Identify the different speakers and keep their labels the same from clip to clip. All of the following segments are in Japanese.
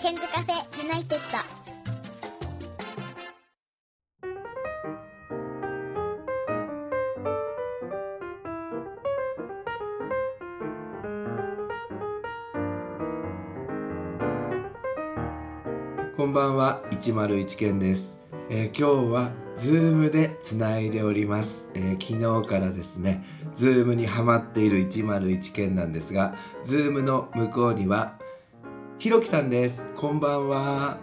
Speaker 1: ケンズカフェユナイテッド。
Speaker 2: こんばんは101件です、えー今日は Zoom でつないでおります、えー昨日からですね Zoom にハマっている101件なんですが Zoom の向こうにはひろきさんですこんばんは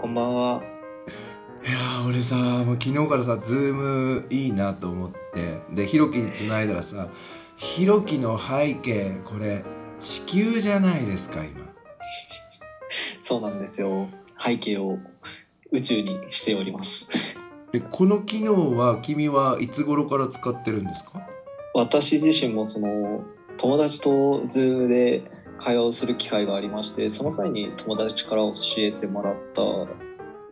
Speaker 3: こんばんは。
Speaker 2: いやー俺さもう昨日からさ Zoom いいなと思ってでひろきにつないだらさひろきの背景これ地球じゃないですか今
Speaker 3: そうなんですよ。背景を宇宙にしております。
Speaker 2: でこの機能は君はいつ頃から使ってるんですか
Speaker 3: 私自身もその友達と Zoom で会話をする機会がありまして、その際に友達から教えてもらった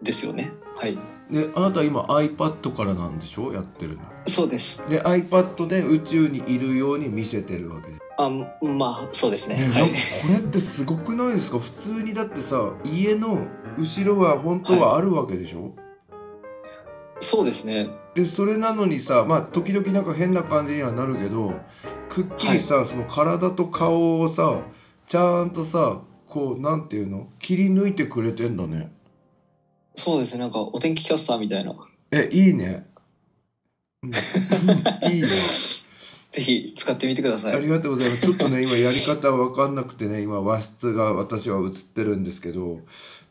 Speaker 3: ですよね。はい。
Speaker 2: であなた今 iPad からなんでしょやってるの
Speaker 3: そうです。
Speaker 2: で iPad で宇宙にいるように見せてるわけで、
Speaker 3: あ、まあそうですね。
Speaker 2: ね
Speaker 3: は
Speaker 2: なん
Speaker 3: い
Speaker 2: か。これってすごくないですか普通にだってさ家の後ろは本当はあるわけでしょ、
Speaker 3: そうですね。
Speaker 2: でそれなのにさまあ時々なんか変な感じにはなるけどくっきりさ、その体と顔をさちゃんとさこうなんていうの切り抜いてくれてんだね
Speaker 3: そうですね。なんかお天気キャスターみたいな。
Speaker 2: えいいね、うんうんいいね
Speaker 3: ぜひ使ってみてくださ
Speaker 2: あり
Speaker 3: い。
Speaker 2: がとうございます。ちょっとね、今やり方わかんなくてね、今和室が私は映ってるんですけど。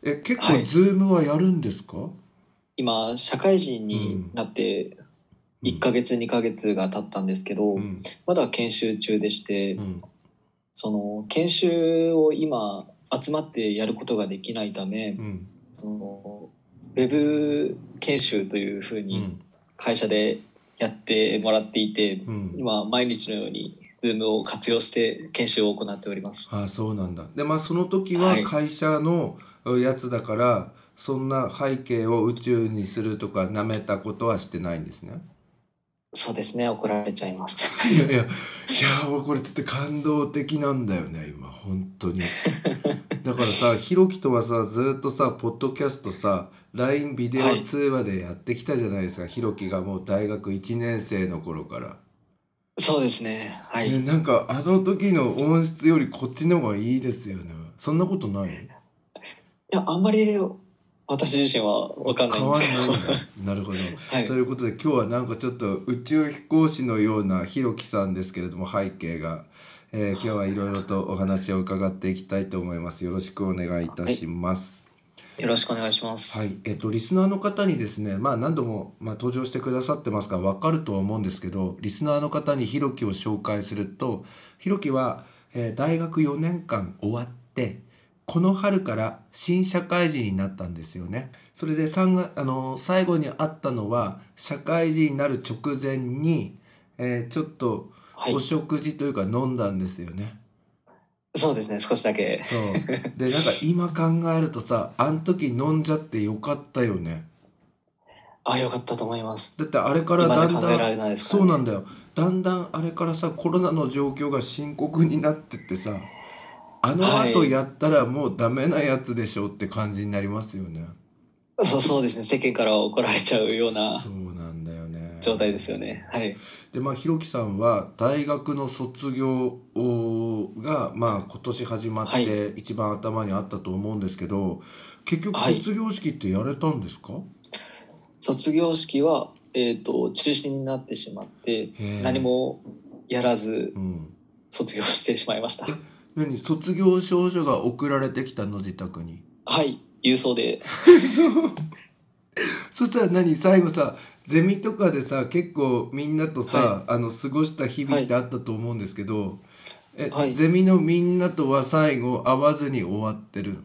Speaker 2: え、結
Speaker 3: は
Speaker 2: 構
Speaker 3: い
Speaker 2: ズームはやるんですか。
Speaker 3: 今社会人になって1ヶ月2ヶ月が経ったんですけど、
Speaker 2: うん。
Speaker 3: まだ研修中でして。
Speaker 2: うん。
Speaker 3: その研修を今集まってやることができないため、
Speaker 2: うん。
Speaker 3: そのウェブ研修というふう
Speaker 2: う
Speaker 3: に
Speaker 2: ん。
Speaker 3: 会社でやってもらっていて、
Speaker 2: うん。
Speaker 3: 今毎日のように Zoom を活用して研修を行っております。
Speaker 2: あ、そうなんだ。で、まあ、その時
Speaker 3: は
Speaker 2: はい会社のやつだから。そんな背景を宇宙にするとか、なめたことはしてないんですね。
Speaker 3: そうですね怒られちゃいます
Speaker 2: いやいや、いや、もうこれちょっと感動的なんだよね、今、本当 に。だからさ、ひろきとはさ、ずっとさ、ポッドキャストさ、LINE ビデオ通話でやってきたじゃないですか、ひろきがもう大学1年生の頃から。
Speaker 3: そうですねはい、
Speaker 2: ねなんか、あの時の音質よりこっちの方がいいですよね。そんなことない
Speaker 3: いやあんまり私自身は分かんない
Speaker 2: 変
Speaker 3: ん
Speaker 2: わ
Speaker 3: で
Speaker 2: ん
Speaker 3: すけど
Speaker 2: ないんだ。なるほど。
Speaker 3: はい
Speaker 2: ということで今日はなんかちょっと宇宙飛行士のようなひろきさんですけれども背景が、えー今日はいろいろとお話を伺っていきたいと思いますよろしくお願いいたします
Speaker 3: よろしくお願いします、
Speaker 2: はい、えっとリスナーの方にですねまあ何度もまあ登場してくださってますからわかるとは思うんですけどリスナーの方にひろきを紹介するとひろきは、えー大学4年間終わってこの春から新社会人になったんですよね。それで三があの最後に会ったのは社会人になる直前に、えーちょっと
Speaker 3: はい
Speaker 2: お食事というか飲んだんですよね。
Speaker 3: そうですね少しだけ
Speaker 2: そうでなんか今考えるとさあん時飲んじゃってよかったよね。
Speaker 3: あよかったと思います
Speaker 2: だってあれからだ
Speaker 3: 今
Speaker 2: ん
Speaker 3: じゃ考えら
Speaker 2: だん
Speaker 3: れないですから
Speaker 2: そ
Speaker 3: ね
Speaker 2: うなんだよだんだんあれからさコロナの状況が深刻になってってさあの
Speaker 3: はい
Speaker 2: 後やったらもうダメなやつでしょって感じになりますよね、
Speaker 3: そうそうですね世間から怒られちゃうような
Speaker 2: そうなんだよね
Speaker 3: 状態ですよねはい
Speaker 2: でまあひろきさんは大学の卒業をがまあ今年始ま
Speaker 3: は
Speaker 2: って一番頭にあったと思うんですけど、結局
Speaker 3: はい
Speaker 2: 卒業式ってやれたんですか、
Speaker 3: 卒業式は、えー、と中止になってしまって
Speaker 2: へえ
Speaker 3: 何もやらず
Speaker 2: うん
Speaker 3: 卒業してしまいました
Speaker 2: 何卒業証書が送られてきたの自宅に
Speaker 3: はい郵送で
Speaker 2: そう そしたら何最後さゼミとかでさ結構みんなとさ、
Speaker 3: は
Speaker 2: あの過ごした日々ってあったと思うんですけど、え
Speaker 3: はい
Speaker 2: ゼミのみんなとは最後会わずに終わってる、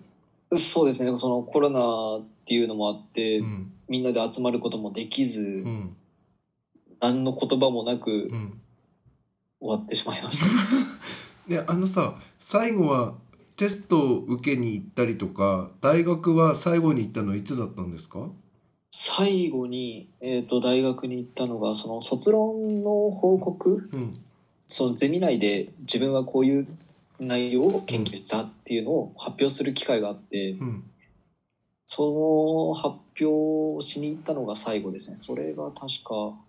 Speaker 3: そうですねそのコロナっていうのもあって、
Speaker 2: うん
Speaker 3: みんなで集まることもできず、
Speaker 2: うん
Speaker 3: 何の言葉もなく
Speaker 2: うん、
Speaker 3: 終わってしまいました、
Speaker 2: であのさ最後はテストを受けに行ったりとか大学は最後に行ったのいつだったんですか
Speaker 3: 最後に、えー、と大学に行ったのがその卒論の報告
Speaker 2: うん
Speaker 3: そのゼミ内で自分はこういう内容を研究したっていうのを発表する機会があって、
Speaker 2: うん
Speaker 3: その発表をしに行ったのが最後ですね。それが確か、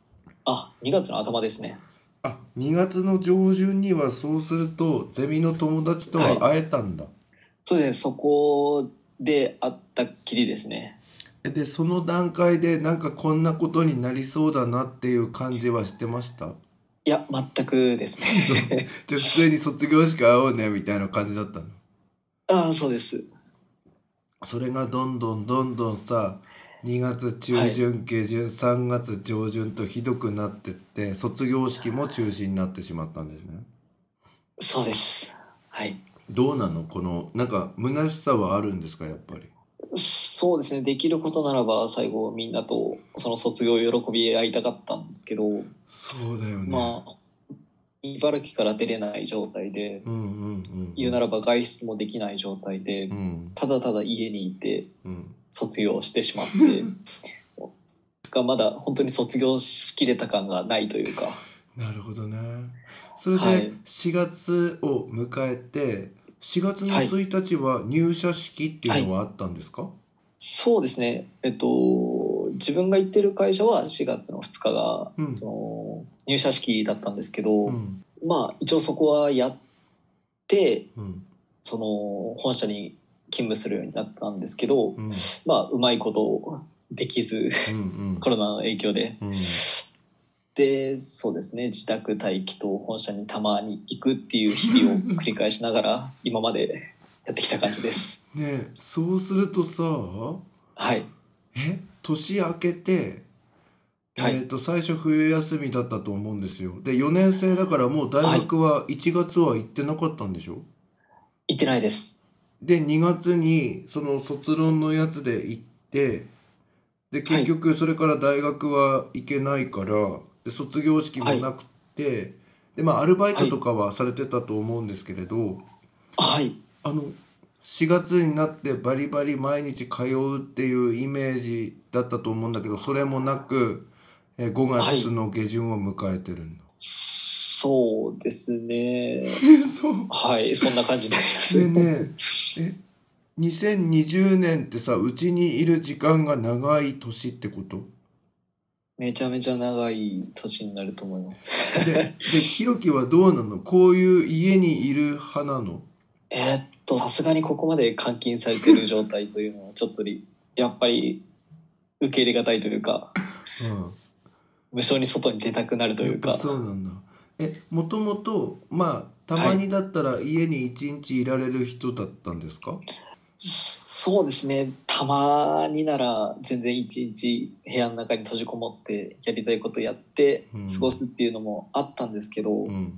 Speaker 3: あ、2月の頭ですね。
Speaker 2: あ2月の上旬にはそうするとゼミの友達とは会えたんだ、
Speaker 3: そうですね、そこで会ったっきりですね。
Speaker 2: えでその段階でなんかこんなことになりそうだなっていう感じはしてました
Speaker 3: いや、全くですね。
Speaker 2: じゃあ普通に卒業式会おうねみたいな感じだったの
Speaker 3: ああ、そうです。
Speaker 2: それがどんどんどんどんさ2月中旬下旬、3月上旬とひどくなってって卒業式も中止になってしまったんですね
Speaker 3: そうです。はい。
Speaker 2: どうなのこのなんか虚しさはあるんですかやっぱり
Speaker 3: そうですね、できることならば最後みんなとその卒業喜び会いたかったんですけど、
Speaker 2: そうだよね、
Speaker 3: まあ、茨城から出れない状態で、
Speaker 2: うんうんうん
Speaker 3: 言うならば外出もできない状態で
Speaker 2: う、ん
Speaker 3: ただただ家にいて
Speaker 2: うん
Speaker 3: 卒業してしまって、がまだ本当に卒業しきれた感がないというか、
Speaker 2: なるほどねそれ
Speaker 3: は
Speaker 2: で
Speaker 3: い
Speaker 2: 4月を迎えて4月の1日は入社式っていうのはあったんですか、
Speaker 3: そうですね、えっと、自分が行ってる会社は4月の2日が、
Speaker 2: うん
Speaker 3: その入社式だったんですけど、
Speaker 2: うん
Speaker 3: まあ一応そこはやって、
Speaker 2: うん
Speaker 3: その本社に勤務するようになったんですけど、
Speaker 2: うん
Speaker 3: まあうまいことできず
Speaker 2: うん
Speaker 3: コロナの影響で
Speaker 2: うん
Speaker 3: でそうですね自宅待機と本社にたまに行くっていう日々を繰り返しながら 今までやってきた感じです。
Speaker 2: ねえそうするとさ
Speaker 3: はい、
Speaker 2: え年明けて、
Speaker 3: はい
Speaker 2: えー、と最初冬休みだったと思うんですよで4年生だからもう大学は1月は行ってなかったんでしょ、
Speaker 3: 行ってないです。
Speaker 2: で2月にその卒論のやつで行ってで結局それから大学は行けないからで卒業式もなくて、でまあアルバイトとかはされてたと思うんですけれど、
Speaker 3: はい、
Speaker 2: あの4月になってバリバリ毎日通うっていうイメージだったと思うんだけどそれもなく、えー5月の下旬を迎えてるんだ、
Speaker 3: そうですね。
Speaker 2: そう
Speaker 3: はい、そんな感じになります。
Speaker 2: でねえ2020年ってさうちにいる時間が長い年ってこと
Speaker 3: めちゃめちゃ長い年になると思います。
Speaker 2: ででひろきはどうなのこういう家にいる派なの
Speaker 3: えーっとさすがにここまで監禁されてる状態というのはちょっとりやっぱり受け入れがたいというか
Speaker 2: うん
Speaker 3: 無性に外に出たくなるという
Speaker 2: や
Speaker 3: か
Speaker 2: っぱそうなんだえもともとまあたまにだったら家に一日いられる人だったんですか、
Speaker 3: そうですねたまになら全然一日部屋の中に閉じこもってやりたいことやって
Speaker 2: うん
Speaker 3: 過ごすっていうのもあったんですけど、
Speaker 2: うん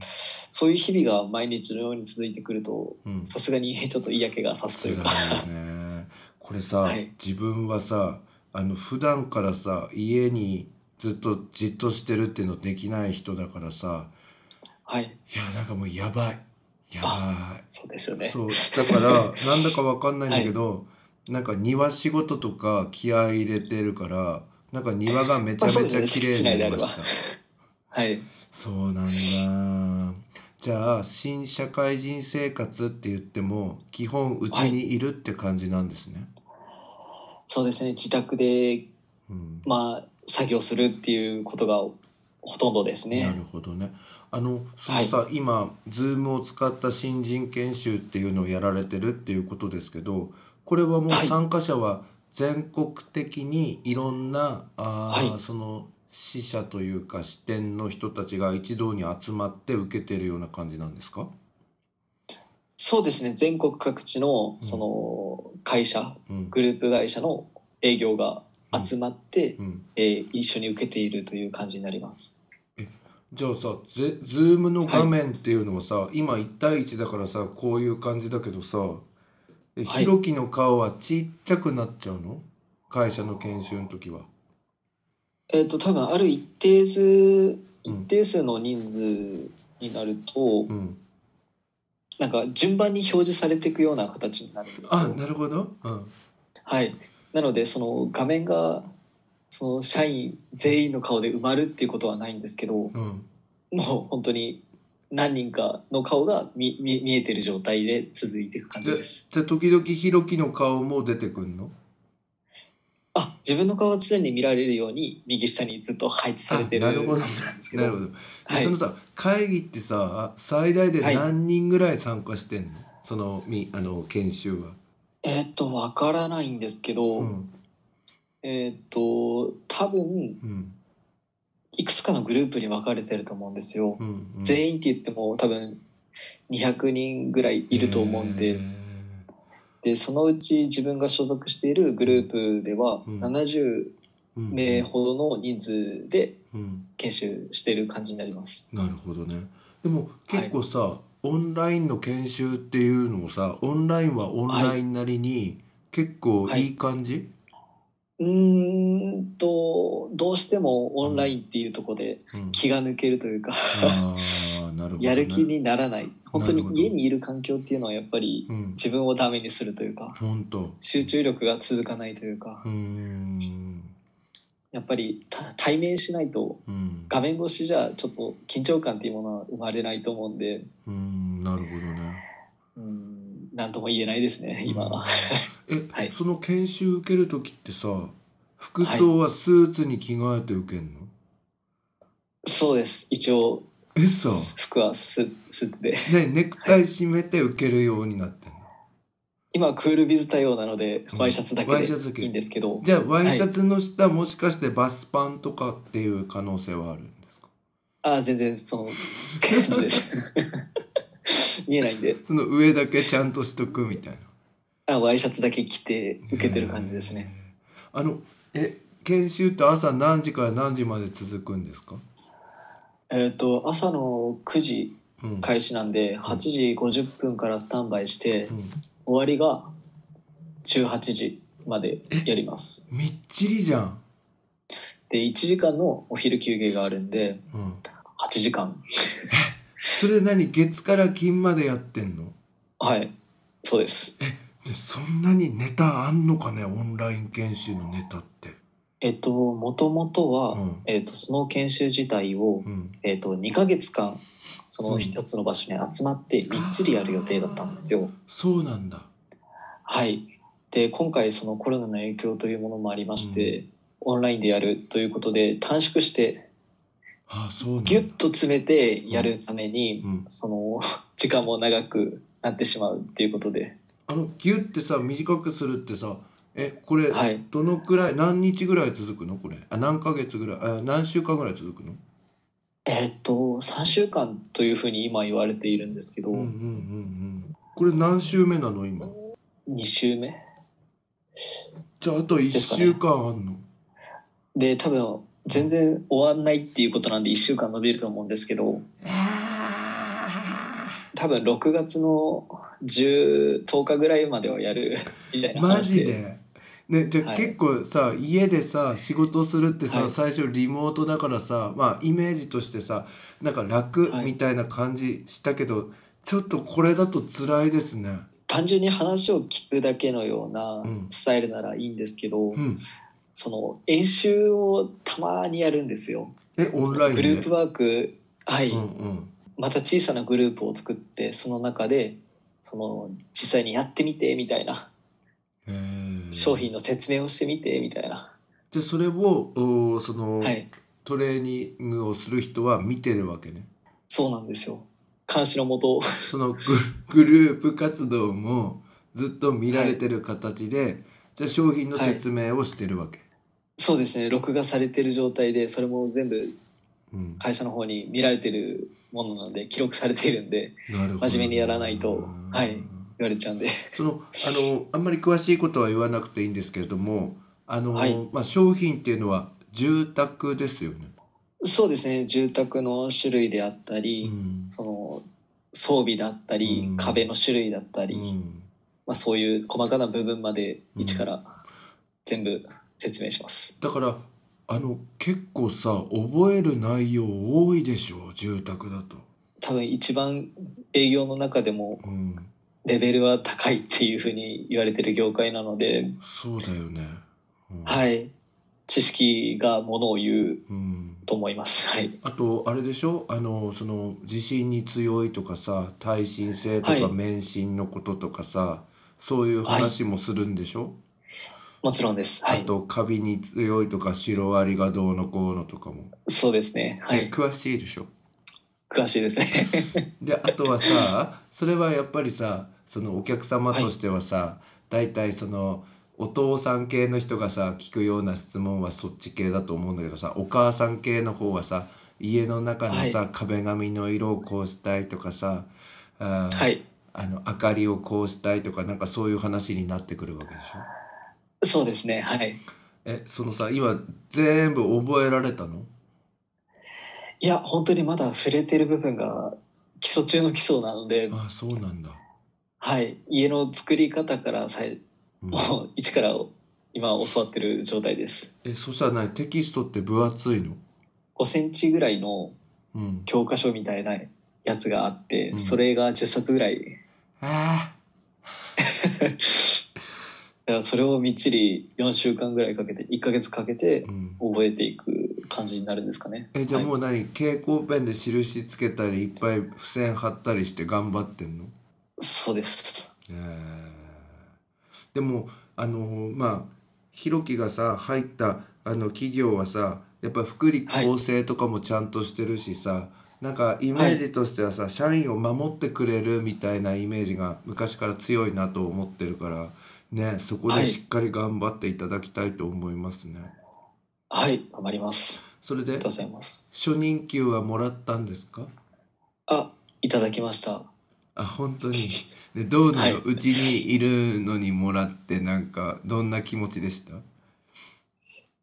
Speaker 3: そういう日々が毎日のように続いてくると
Speaker 2: うん
Speaker 3: さすがに ちょっと嫌気がさすというか
Speaker 2: 辛いよねこれさ、
Speaker 3: はい
Speaker 2: 自分はさあの普段からさ家にずっとじっとしてるっていうのできない人だからさ
Speaker 3: はい
Speaker 2: いやなんかもうやばいやば
Speaker 3: そうですよ
Speaker 2: い
Speaker 3: ね
Speaker 2: そうだからなんだかわかんないんだけど、なんか庭仕事とか気合い入れてるからなんか庭がめちゃめちゃ綺麗になりま
Speaker 3: まあ
Speaker 2: した。
Speaker 3: はい
Speaker 2: そうなんだじゃあ新社会人生活って言っても基本うちにいるって感じなんですね、
Speaker 3: そうですね自宅で
Speaker 2: うん
Speaker 3: まあ、作業するっていうことがほとんどです
Speaker 2: な
Speaker 3: ね
Speaker 2: る。ほどねあのそのさ、今 Zoom を使った新人研修っていうのをやられてるっていうことですけどこれはもう
Speaker 3: はい
Speaker 2: 参加者は全国的にいろんな、あー
Speaker 3: はい
Speaker 2: その死者というか視点の人たちが一堂に集まって受けてるような感じなんですか、
Speaker 3: そうですね。全国各地のその会社、
Speaker 2: うん
Speaker 3: グループ会社の営業が集まって、
Speaker 2: うん、
Speaker 3: えー一緒に受けているという感じになります。
Speaker 2: じゃあさ、ズズームの画面っていうのはさ、今1対1だからさ、こういう感じだけどさ、え
Speaker 3: は
Speaker 2: ひ
Speaker 3: い
Speaker 2: ろきの顔はちっちゃくなっちゃうの会社の研修の時は。
Speaker 3: えっ、と多分ある一定数
Speaker 2: うん
Speaker 3: 一定数の人数になると、
Speaker 2: うん。
Speaker 3: なんか順番に表示されていくような形になるんですよ。
Speaker 2: あ、なるほど。うん。
Speaker 3: はい。なのでその画面がその社員全員の顔で埋まるっていうことはないんですけど、
Speaker 2: うん。
Speaker 3: もう本当に何人かの顔が見見見えてる状態で続いていく感じです。
Speaker 2: じゃあ時々ひろきの顔も出てくんの
Speaker 3: あ自分の顔は常に見られるように右下にずっと配置されてる
Speaker 2: あなるほど
Speaker 3: 感じなんですけど
Speaker 2: なるほど、で
Speaker 3: はい
Speaker 2: そのさ会議ってさ最大で何人ぐらい参加してんの、そのみあの研修は、
Speaker 3: えーっとわからないんですけど、
Speaker 2: うん
Speaker 3: えーっと多分
Speaker 2: うん
Speaker 3: いくつかのグループに分かれてると思うんですよ。
Speaker 2: うんうん、員
Speaker 3: 全員って言っても多分200人ぐらいいると思うんで。でそのうち自分が所属しているグループでは
Speaker 2: うん
Speaker 3: 70名ほどの人数で
Speaker 2: うん、
Speaker 3: 研修している感じになります。
Speaker 2: なるほどねでも結構さ、オンラインの研修っていうのもさオンラインはオンラインなりに結構いい感じ、
Speaker 3: うーんとどうしてもオンラインっていうところで
Speaker 2: うん
Speaker 3: 気が抜けるというか、
Speaker 2: あーなるほどね、
Speaker 3: やる気にならない本当に
Speaker 2: なるほど
Speaker 3: 家にいる環境っていうのはやっぱり
Speaker 2: うん
Speaker 3: 自分をダメにするというか
Speaker 2: 本当
Speaker 3: 集中力が続かないというか
Speaker 2: うーん
Speaker 3: やっぱりた対面しないと
Speaker 2: うん
Speaker 3: 画面越しじゃちょっと緊張感っていうものは生まれないと思うんで。
Speaker 2: うんなるほどね
Speaker 3: うんなんとも言えないですね今は。
Speaker 2: え、
Speaker 3: はい
Speaker 2: その研修受ける時ってさ服装はスーツに着替えて受けんの、
Speaker 3: そうです一応
Speaker 2: 嘘
Speaker 3: 服はススーツで
Speaker 2: ねネクタイ締めて受けるようになってんの、
Speaker 3: 今はクールビズ対応なので
Speaker 2: うん
Speaker 3: ワイシャツだけ
Speaker 2: ワイシャツだけ
Speaker 3: でいいんですけど
Speaker 2: じゃあワイシャツの下、もしかしてバスパンとかっていう可能性はあるんですか
Speaker 3: ああ全然その感じです 見えないんで
Speaker 2: その上だけちゃんとしとくみたいな
Speaker 3: あワイシャツだけ着て受けてる感じですね
Speaker 2: へーあのえ研修って朝何時から何時まで続くんですか、
Speaker 3: えっ、と朝の9時
Speaker 2: うん
Speaker 3: 開始なんで8時50分からスタンバイして
Speaker 2: うん
Speaker 3: 終わりが18時までやります
Speaker 2: みっちりじゃん、
Speaker 3: で1時間のお昼休憩があるんで
Speaker 2: うん、
Speaker 3: 8時間
Speaker 2: それ何月から金までやってんの
Speaker 3: はいそうです
Speaker 2: ねそんなにネタあんのかねオンライン研修のネタって。
Speaker 3: えっと、もともとは、
Speaker 2: うん
Speaker 3: えっと、その研修自体を、
Speaker 2: うん、
Speaker 3: えっと、2ヶ月間、そ
Speaker 2: うん
Speaker 3: の一つの場所に集まって、みっちりやる予定だったんですよ。
Speaker 2: そうなんだ。
Speaker 3: はい。で、今回、そのコロナの影響というものもありまして、オンラインでやるということで、短縮して、
Speaker 2: あそうなんだ
Speaker 3: ぎゅっと詰めてやるために、
Speaker 2: うん、
Speaker 3: その、時間も長くなってしまうっていうことで、
Speaker 2: あのギュってさ短くするってさえこれ、
Speaker 3: はい。
Speaker 2: どのくらい何日ぐらい続くのこれあ何ヶ月ぐらいあ何週間ぐらい続くの
Speaker 3: えっと、3週間というふうに今言われているんですけど、
Speaker 2: うんうんうんうんこれ何週目なの今
Speaker 3: 2週目
Speaker 2: じゃああと1週間あんの、
Speaker 3: で多分全然終わんないっていうことなんで1週間延びると思うんですけど多分6月の 10, 10日ぐらいまでは やるみたいな
Speaker 2: マ
Speaker 3: 話
Speaker 2: ジでね、じゃあ
Speaker 3: はい
Speaker 2: 結構さ、家でさ仕事するってさ、
Speaker 3: はい
Speaker 2: 最初リモートだからさ、まあ、イメージとしてさなんか楽みたいな感じしたけど、ちょっとこれだと辛いですね。
Speaker 3: 単純に話を聞くだけのような
Speaker 2: うん
Speaker 3: スタイルならいいんですけど、
Speaker 2: うん、
Speaker 3: その演習をたまにやるんですよ
Speaker 2: えオンライン
Speaker 3: グ
Speaker 2: で
Speaker 3: ループワークはい、
Speaker 2: うんうん
Speaker 3: また小さなグループを作ってその中でその実際にやってみてみたいな
Speaker 2: へー
Speaker 3: 商品の説明をしてみてみたいな、
Speaker 2: でそれをおーその、
Speaker 3: はい
Speaker 2: トレーニングをする人は見てるわけね。
Speaker 3: そうなんですよ監視のもと
Speaker 2: そのグ グループ活動もずっと見られてる形で、じゃあ商品の説明をしてるわけ。
Speaker 3: そうですね録画されてる状態でそれも全部
Speaker 2: うん
Speaker 3: 会社の方に見られてるものなので記録されているんで
Speaker 2: なるほど
Speaker 3: 真面目にやらないとはい言われちゃうんで
Speaker 2: そのあのあんまり詳しいことは言わなくていいんですけれどもあの、
Speaker 3: はい
Speaker 2: まあ、商品っていうのは住宅ですよね、
Speaker 3: そうですね住宅の種類であった
Speaker 2: う
Speaker 3: り、
Speaker 2: ん
Speaker 3: その装備だったり、
Speaker 2: うん
Speaker 3: 壁の種類だったり、
Speaker 2: うん
Speaker 3: まあ、そういう細かな部分まで一から全部説明します、
Speaker 2: だからあの結構さ覚える内容多いでしょ住宅だと、
Speaker 3: 多分一番営業の中でも
Speaker 2: うん、
Speaker 3: レベルは高いっていうふうに言われてる業界なので、
Speaker 2: そうだよね、うん
Speaker 3: はい知識がものを言う
Speaker 2: うん
Speaker 3: と思います。はい。
Speaker 2: あとあれでしょあのその地震に強いとかさ耐震性と
Speaker 3: は
Speaker 2: か
Speaker 3: い
Speaker 2: 免震のこととかさ、そういう話もするんでしょ、
Speaker 3: もちろんです。は
Speaker 2: あ
Speaker 3: い。
Speaker 2: とカビに強いとかシロアリがどうのこうのとかも、
Speaker 3: そうですね。は
Speaker 2: ね
Speaker 3: い。
Speaker 2: 詳しいでしょ
Speaker 3: 詳しいですね。
Speaker 2: であとはさそれはやっぱりさそのお客様としてはさ、大体そのお父さん系の人がさ聞くような質問はそっち系だと思うんだけどさお母さん系の方はさ家の中のさ、壁紙の色をこうしたいとかさあー、
Speaker 3: はい。
Speaker 2: あの明かりをこうしたいとかなんかそういう話になってくるわけでしょ
Speaker 3: そうですね。はい。
Speaker 2: えそのさ今全部覚えられたの
Speaker 3: いや、本当にまだ触れてる部分が基礎中の基礎なので、
Speaker 2: あそうなんだ、
Speaker 3: はい。家の作り方からさい
Speaker 2: うん
Speaker 3: もう一から今教わってる状態です。
Speaker 2: えそしたら何テキストって分厚いの
Speaker 3: 5センチぐらいの
Speaker 2: うん
Speaker 3: 教科書みたいなやつがあって、
Speaker 2: うん
Speaker 3: それが10冊ぐらい
Speaker 2: あ
Speaker 3: だからそれをみっちり4週間ぐらいかけて1ヶ月かけて
Speaker 2: ーうん
Speaker 3: 覚えていく感じになるんですかね
Speaker 2: えじゃあ
Speaker 3: はい
Speaker 2: もう何、蛍光ペンで印つけたりいっぱい付箋貼ったりして頑張ってんの、
Speaker 3: そうです
Speaker 2: えーでもあのーまあひろきがさ入ったあの企業はさやっぱ福利厚生とかもちゃんとしてるしさ、なんかイメージとしてはさ、社員を守ってくれるみたいなイメージが昔から強いなと思ってるからねそこ
Speaker 3: は
Speaker 2: で
Speaker 3: い
Speaker 2: しっかり頑張っていただきたいと思いますね。
Speaker 3: はい頑張ります
Speaker 2: それで
Speaker 3: ありがとうございます
Speaker 2: 初任給はもらったんですか
Speaker 3: あいただきました
Speaker 2: あ本当にでどうなの、
Speaker 3: はいう
Speaker 2: ちにいるのにもらってなんかどんな気持ちでした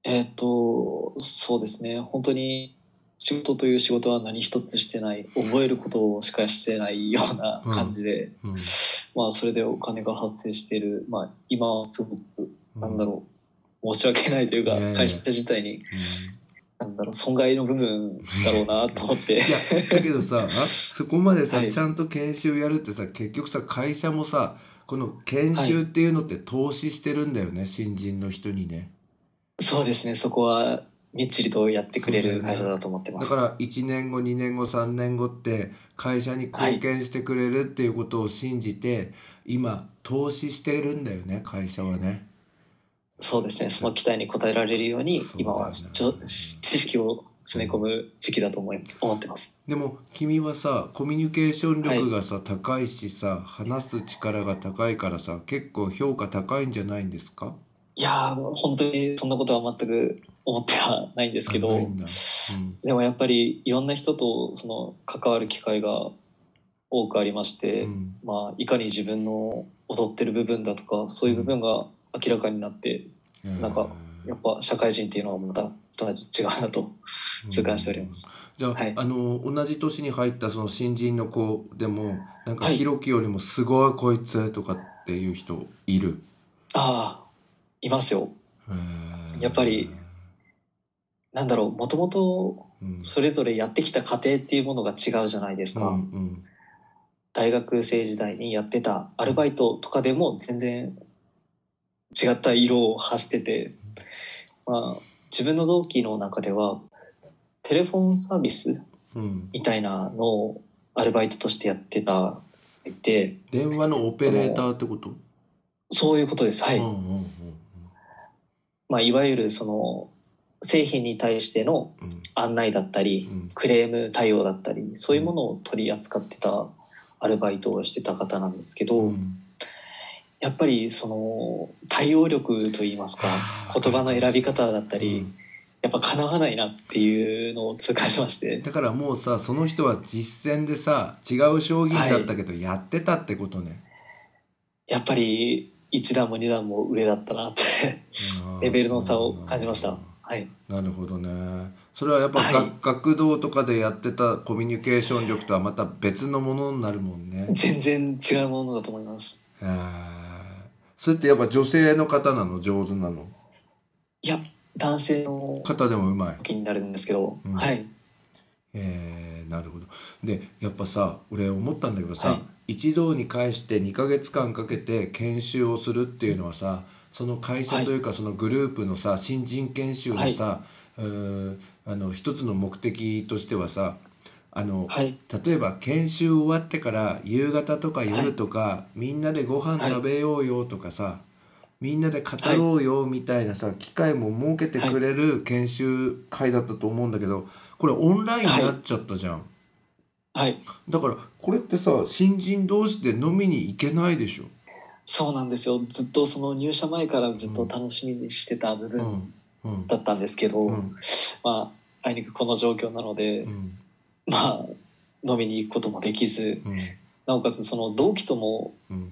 Speaker 3: えっ、とそうですね本当に仕事という仕事は何一つしてない覚えることしかしてないような感じで、
Speaker 2: うん
Speaker 3: まあそれでお金が発生しているまあ今はすごくなんだ
Speaker 2: う、
Speaker 3: ろう、申し訳ないというか
Speaker 2: いやいや
Speaker 3: 会社自体に
Speaker 2: うん
Speaker 3: なんだろう損害の部分だろうなと思って
Speaker 2: いやだけどさそこまでさ、
Speaker 3: はい
Speaker 2: ちゃんと研修やるってさ結局さ会社もさこの研修っていうのって投資してるんだよね、新人の人にね
Speaker 3: そうですねそこはみっちりとやってくれ
Speaker 2: そう
Speaker 3: る
Speaker 2: だよね
Speaker 3: 会社だと思ってま
Speaker 2: だ
Speaker 3: す、
Speaker 2: から1年後2年後3年後って会社に貢献してくれるっていうことを信じて、今投資してるんだよね会社はね。
Speaker 3: そうですねその期待に応えられるように
Speaker 2: そうだよね
Speaker 3: 今はちょし知識を詰め込む時期だと思い思ってます
Speaker 2: でも君はさコミュニケーション力がさ、高いしさ話す力が高いからさ結構評価高いんじゃないんですか
Speaker 3: いやーもう本当にそんなことは全く思ってはないんですけ
Speaker 2: あな
Speaker 3: ど
Speaker 2: いんだうん
Speaker 3: でもやっぱりいろんな人とその関わる機会が多くありまして、
Speaker 2: うん
Speaker 3: まあ、いかに自分の踊ってる部分だとかそういう部分が明らかになってなんかやっぱ社会人っていうのはまたまた違うなと
Speaker 2: うん
Speaker 3: 痛感しております。
Speaker 2: じゃあ,、
Speaker 3: はい
Speaker 2: あの同じ年に入ったその新人の子でもなんか
Speaker 3: はい
Speaker 2: ひろきよりもすごいこいつとかっていう人いる、
Speaker 3: ああいますよ。
Speaker 2: へー
Speaker 3: やっぱり、なんだろうもともと
Speaker 2: うん、
Speaker 3: それぞれやってきた過程っていうものが違うじゃないです
Speaker 2: う
Speaker 3: か、
Speaker 2: んうん
Speaker 3: 大学生時代にやってたアルバイトとかでも全然違った色を発してて、まあ、自分の同期の中ではテレフォンサービス
Speaker 2: うん、
Speaker 3: みたいなのをアルバイトとしてやってたいて
Speaker 2: 電話のオペレーターってこと、
Speaker 3: そういうことですはい、
Speaker 2: うんうんうん
Speaker 3: まあ、いわゆるその製品に対しての
Speaker 2: うんうん
Speaker 3: 案内だったり
Speaker 2: うん
Speaker 3: クレーム対応だったりそういうものを取り扱ってたアルバイトをしてた方なんですけど、
Speaker 2: うん
Speaker 3: やっぱりその対応力といいますか
Speaker 2: あー
Speaker 3: 言葉の選び方だったり、
Speaker 2: うん
Speaker 3: やっぱかなわないなっていうのを痛感しまして
Speaker 2: だからもうさその人は実践でさ違う商品だったけどやってたってことね、
Speaker 3: やっぱり一段も二段も上だったなって
Speaker 2: あー
Speaker 3: レベルの差を感じました。はい、
Speaker 2: なるほどねそれはやっぱ
Speaker 3: はい
Speaker 2: 学,、学童とかでやってたコミュニケーション力とはまた別のものになるもんね
Speaker 3: 全然違うものだと思います
Speaker 2: へーそれってやっぱ女性の方なの上手なの
Speaker 3: いや男性の
Speaker 2: 方でもうまい
Speaker 3: 気になるんですけど、
Speaker 2: うん
Speaker 3: はい
Speaker 2: えーなるほどでやっぱさ俺思ったんだけどさ、
Speaker 3: はい
Speaker 2: 一堂に会して2ヶ月間かけて研修をするっていうのはさその会社というかそのグループのさ新人研修のさ、うーんあの一つの目的としてはさあの、
Speaker 3: はい
Speaker 2: 例えば研修終わってから夕方とか夜とか、みんなでご飯食べようよとかさ、みんなで語ろうよみたいなさ、機会も設けてくれる研修会だったと思うんだけどこれオンラインになっちゃったじゃん、
Speaker 3: はい
Speaker 2: だからこれってさ新人同士で飲みに行けないでしょ、
Speaker 3: そうなんですよずっとその入社前からずっと楽しみにしてた部
Speaker 2: う
Speaker 3: 分
Speaker 2: んうん
Speaker 3: だったんですけど、
Speaker 2: うん
Speaker 3: まああいにくこの状況なので、
Speaker 2: うん
Speaker 3: まあ飲みに行くこともできず
Speaker 2: うん
Speaker 3: なおかつその同期とも
Speaker 2: うん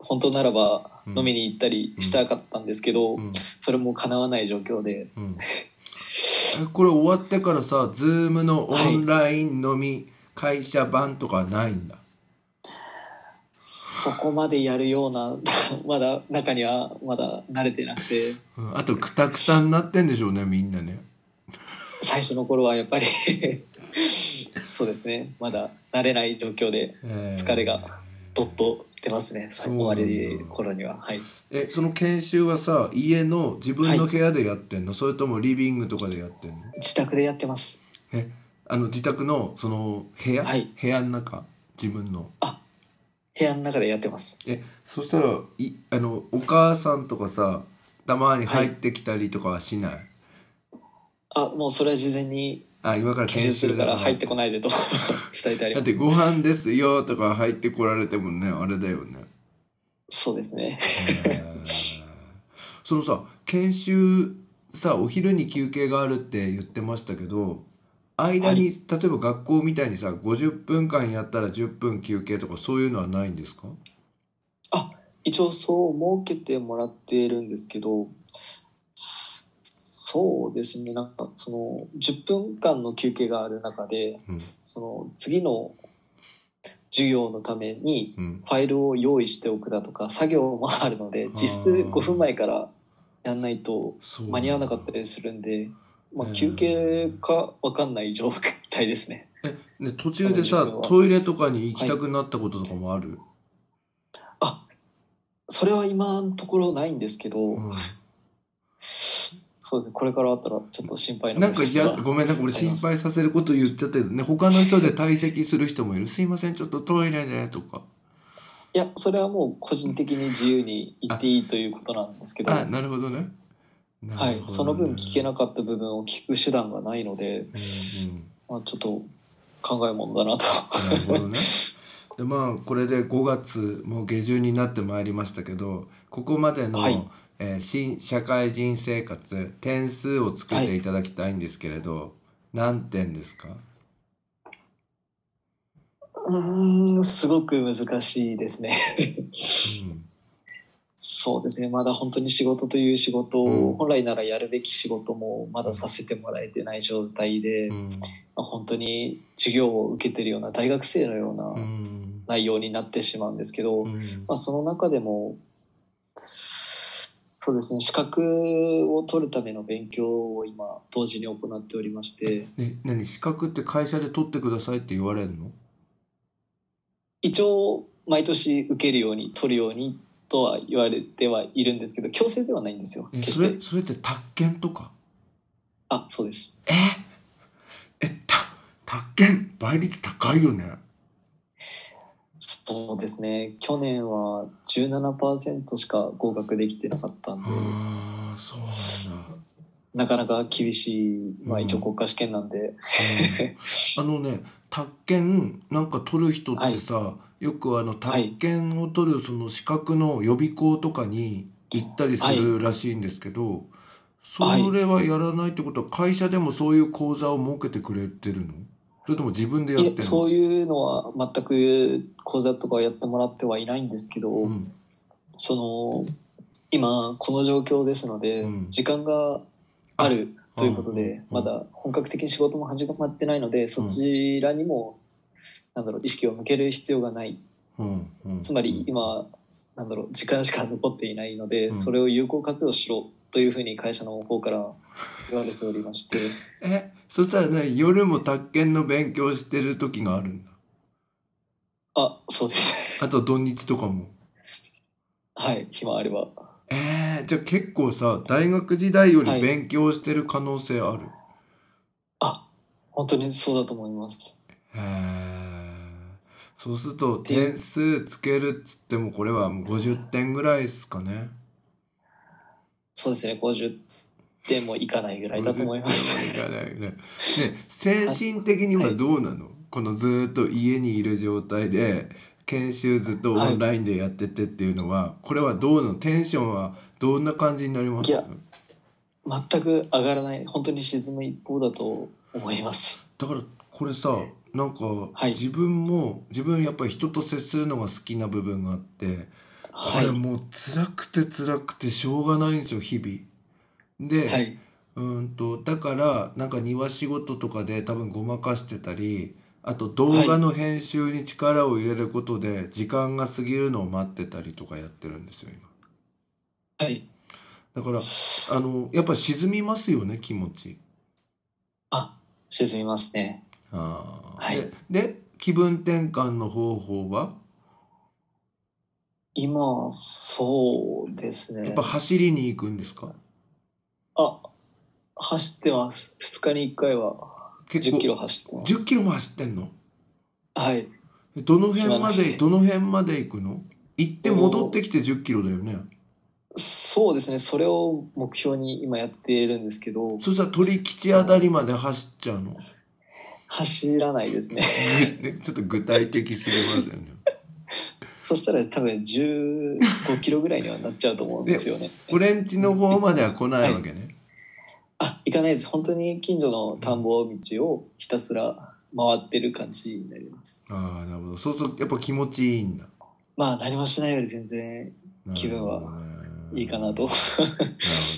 Speaker 3: 本当ならば
Speaker 2: うん
Speaker 3: 飲みに行ったりしたかったんですけど、
Speaker 2: うん
Speaker 3: それも叶わない状況で
Speaker 2: うんえこれ終わってからさ Zoom のオンライン飲み会社版とかないんだ、
Speaker 3: そこまでやるような まだ中にはまだ慣れてなくて
Speaker 2: うんあとクタクタになってんでしょうねみんなね
Speaker 3: 最初の頃はやっぱり そうですねまだ慣れない状況で疲れがどっと出ますね
Speaker 2: そう
Speaker 3: 終
Speaker 2: なんだ
Speaker 3: わり頃にははい
Speaker 2: えーえその研修はさ家の自分の
Speaker 3: はい
Speaker 2: 部屋でやってんの、それともリビングとかでやってんの
Speaker 3: 自宅でやってます
Speaker 2: あの自宅のその部屋、
Speaker 3: はい
Speaker 2: 部屋の中自分の
Speaker 3: 部屋の中でやってます
Speaker 2: そしたらいあのお母さんとかさたまに入ってきたりとかはしない、
Speaker 3: あもうそれは事前に
Speaker 2: あ今から
Speaker 3: 研
Speaker 2: 研
Speaker 3: 修す
Speaker 2: 修
Speaker 3: る
Speaker 2: だ
Speaker 3: か
Speaker 2: からら
Speaker 3: 入ってこないでと 伝えてあり
Speaker 2: だ
Speaker 3: ま
Speaker 2: って
Speaker 3: す
Speaker 2: ご飯ですよとか入ってこられてもねあれだよね
Speaker 3: そうですね
Speaker 2: へーそのさ研修さお昼に休憩があるって言ってましたけど間に、例えば学校みたいにさ50分間やったら10分休憩とかそういうのはないんですか
Speaker 3: 一応そう設けてもらっているんですけどそうですねなんかその10分間の休憩がある中で
Speaker 2: うん
Speaker 3: その次の授業のために
Speaker 2: うん
Speaker 3: ファイルを用意しておくだとか作業もあるので実質
Speaker 2: あー
Speaker 3: 5分前からやんないと
Speaker 2: そう
Speaker 3: 間に合わなかったりするんで、まあ、
Speaker 2: うん
Speaker 3: 休憩か分かんない状態ですね。
Speaker 2: ね途中でさ
Speaker 3: その授業は
Speaker 2: トイレとかに行きたくなったこととかもある、
Speaker 3: あそれは今のところないんですけど、そうですねこれからあったらちょっと心配
Speaker 2: うん
Speaker 3: な
Speaker 2: なん
Speaker 3: ん
Speaker 2: か
Speaker 3: で
Speaker 2: い
Speaker 3: すが
Speaker 2: やごめんなんか俺
Speaker 3: あり
Speaker 2: 心
Speaker 3: ます
Speaker 2: 配させること言っちゃってるね他の人で退席する人もいる「すいませんちょっとトイレで」とか
Speaker 3: いやそれはもう個人的に自由に言っていいということなんですけど、
Speaker 2: あなるほどね
Speaker 3: は
Speaker 2: なる
Speaker 3: い
Speaker 2: ほどね、
Speaker 3: その分聞けなかった部分を聞く手段がないの
Speaker 2: うん
Speaker 3: で、
Speaker 2: うん
Speaker 3: まあ、ちょっと考えもんだなと。
Speaker 2: なるほどね。でまあこれで5月もう下旬になってまいりましたけどここまでの、
Speaker 3: はい
Speaker 2: えー新社会人生活点数をつけていただきたいんですけれど、何点ですか
Speaker 3: うーんすごく難しいですね。そうですねまだ本当に仕事という仕事を、
Speaker 2: うん
Speaker 3: 本来ならやるべき仕事もまださせてもらえてない状態で、
Speaker 2: うんう
Speaker 3: ま
Speaker 2: ん
Speaker 3: あ本当に授業を受けてるような大学生のよう
Speaker 2: う
Speaker 3: なん内容になってしまうんですけど、
Speaker 2: うん
Speaker 3: まあ、その中でもそうですね資格を取るための勉強を今同時に行っておりまして
Speaker 2: ね何資格って会社で取ってくださいって言われるの
Speaker 3: 一応毎年受けるように取るようにとは言われてはいるんですけど強制ではないんですよ
Speaker 2: え
Speaker 3: 決
Speaker 2: そ
Speaker 3: して
Speaker 2: れそれって宅建とか
Speaker 3: あそうです
Speaker 2: ええた宅建倍率高いよね
Speaker 3: そうですね去年は17%しか合格できてなかったんで、
Speaker 2: ああそうなんだ
Speaker 3: なかなか厳しい、まあ、
Speaker 2: うん
Speaker 3: 一応国家試験なんで、
Speaker 2: あのね宅建なんか取る人ってさ、よくあの宅建を取るその資格の予備校とかに行ったりするらしいんですけど、
Speaker 3: はい
Speaker 2: それはやらないってことは会社でもそういう講座を設けてくれてるのそれとも自分でやっ
Speaker 3: い
Speaker 2: て
Speaker 3: え
Speaker 2: るの
Speaker 3: そういうのは全く講座とかはやってもらってはいないんですけど、
Speaker 2: ん
Speaker 3: その今この状況ですので、
Speaker 2: うん
Speaker 3: 時間があるということ
Speaker 2: うん
Speaker 3: で、
Speaker 2: うん
Speaker 3: まだ本格的に仕事も始まってないのでそちらにも、なんだろう意識を向ける必要がない
Speaker 2: うんうん、
Speaker 3: つまり今なんだろう時間しか残っていないので、
Speaker 2: うん
Speaker 3: それを有効活用しろというふうに会社の方から言われておりまして
Speaker 2: えそしたらね夜も宅建の勉強してる時があるんだ
Speaker 3: あそうです
Speaker 2: あと土日とかも
Speaker 3: はい暇あれば
Speaker 2: えー、じゃあ結構さ大学時代よ
Speaker 3: は
Speaker 2: り
Speaker 3: い
Speaker 2: 勉強してる可能性ある、
Speaker 3: あ本当にそうだと思います
Speaker 2: へえそうすると
Speaker 3: ていう
Speaker 2: 点数つけるっつってもこれはもう50点ぐらいですかね
Speaker 3: そうですね50点もいかないぐらいだと思いま
Speaker 2: 50
Speaker 3: す
Speaker 2: 点はいかないぐらいね精神的にはどうなの、このずーっと家にいる状態で研修ずっとオンラインでやっててっていうのは、これはどうなのテンションはどんな感じになります
Speaker 3: いや全く上がらない本当に沈む一方だと思います
Speaker 2: だからこれさなんか
Speaker 3: はい
Speaker 2: 自分も、自分やっぱり人と接するのが好きな部分があってこ
Speaker 3: は
Speaker 2: れ
Speaker 3: い
Speaker 2: もう辛くて辛くてしょうがないんですよ日々。で、
Speaker 3: はい、
Speaker 2: うーんとだからなんか庭仕事とかで多分ごまかしてたりあと動画の編集に力を入れることで時間が過ぎるのを待ってたりとかやってるんですよ今。
Speaker 3: はい、
Speaker 2: だからあのやっぱ沈みますよね気持ち。
Speaker 3: あ沈みますね
Speaker 2: あー
Speaker 3: はい
Speaker 2: でで気分転換の方法は
Speaker 3: 今そうですね
Speaker 2: やっぱ走りに行くんですか
Speaker 3: あ走ってます2日に1回は
Speaker 2: 結
Speaker 3: 1 0
Speaker 2: 構
Speaker 3: キロ走ってます
Speaker 2: 10キロも走ってんの
Speaker 3: はい
Speaker 2: どの辺ま
Speaker 3: 暇だ
Speaker 2: で
Speaker 3: し
Speaker 2: どの辺まで行くの行って戻ってきて10キロだよね
Speaker 3: そうですねそれを目標に今やっているんですけど
Speaker 2: そしたら鳥吉あたりまで走っちゃうの
Speaker 3: 走らないですね
Speaker 2: ね ちょっと具体的すぎますよね
Speaker 3: そしたら多分15キロぐらいにはなっちゃうと思うんですよね
Speaker 2: 俺んちの方までは来ないわけね、
Speaker 3: あ行かないです本当に近所の田んぼ道をひたすら回ってる感じになります
Speaker 2: ああなるほどそうするとやっぱ気持ちいいんだ
Speaker 3: まあ何もしないより全然気分は
Speaker 2: なるほどね
Speaker 3: いいかなと
Speaker 2: なる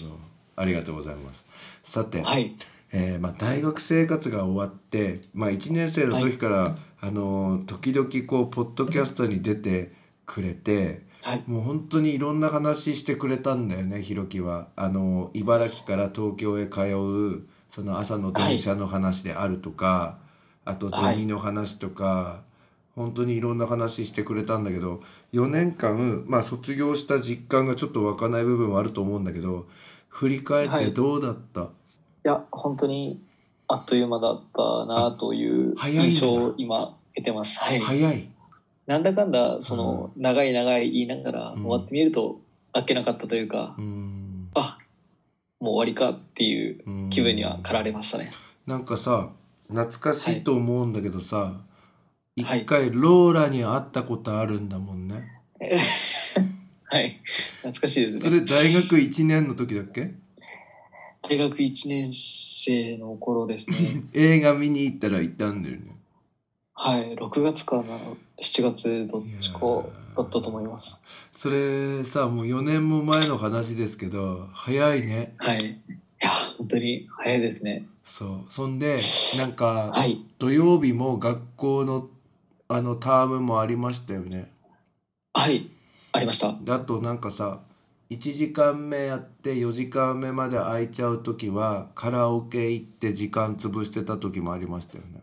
Speaker 2: ほどありがとうございますさて、
Speaker 3: はい
Speaker 2: えーまあ、大学生活が終わって、まあ、1年生の時から、あのー時々こうポッドキャストに出てくれて
Speaker 3: はい
Speaker 2: もう本当にいろんな話してくれたんだよねひろきはあのー茨城から東京へ通うその朝の電車の話であるとか、あとゼミの話とか、本当にいろんな話してくれたんだけど4年間、まあ、卒業した実感がちょっと湧かない部分はあると思うんだけど振り返っ
Speaker 3: は
Speaker 2: て
Speaker 3: い
Speaker 2: どうだった、
Speaker 3: いや本当にあっという間だったなという
Speaker 2: 早いんだ
Speaker 3: 印象を今得てますはい
Speaker 2: 早い
Speaker 3: なんだかんだその長い長い言いながら
Speaker 2: うん
Speaker 3: 終わってみるとあっけなかったというか
Speaker 2: うーん
Speaker 3: もう終わりかっていう
Speaker 2: うん
Speaker 3: 気分には駆られましたね
Speaker 2: なんかさ懐かしいと思うんだけどさ、
Speaker 3: はい
Speaker 2: 一回ローラに会ったことあるんだもんね、
Speaker 3: はい懐かしいで
Speaker 2: そ
Speaker 3: す
Speaker 2: れ
Speaker 3: ね
Speaker 2: 大学1年の時だっけ
Speaker 3: 大学1年生の頃ですね
Speaker 2: 映画見に行ったら行ったんだよね
Speaker 3: はい6月かな7月どっちかだったと思います
Speaker 2: それさもう4年も前の話ですけど早いね
Speaker 3: はいいや本当に早いですね
Speaker 2: そうそんでなんか
Speaker 3: はい
Speaker 2: 土曜日も学校のあのタームもありましたよね
Speaker 3: はいありました
Speaker 2: だとなんかさ1時間目やって4時間目まで空いちゃう時はカラオケ行って時間潰してた時もありましたよね。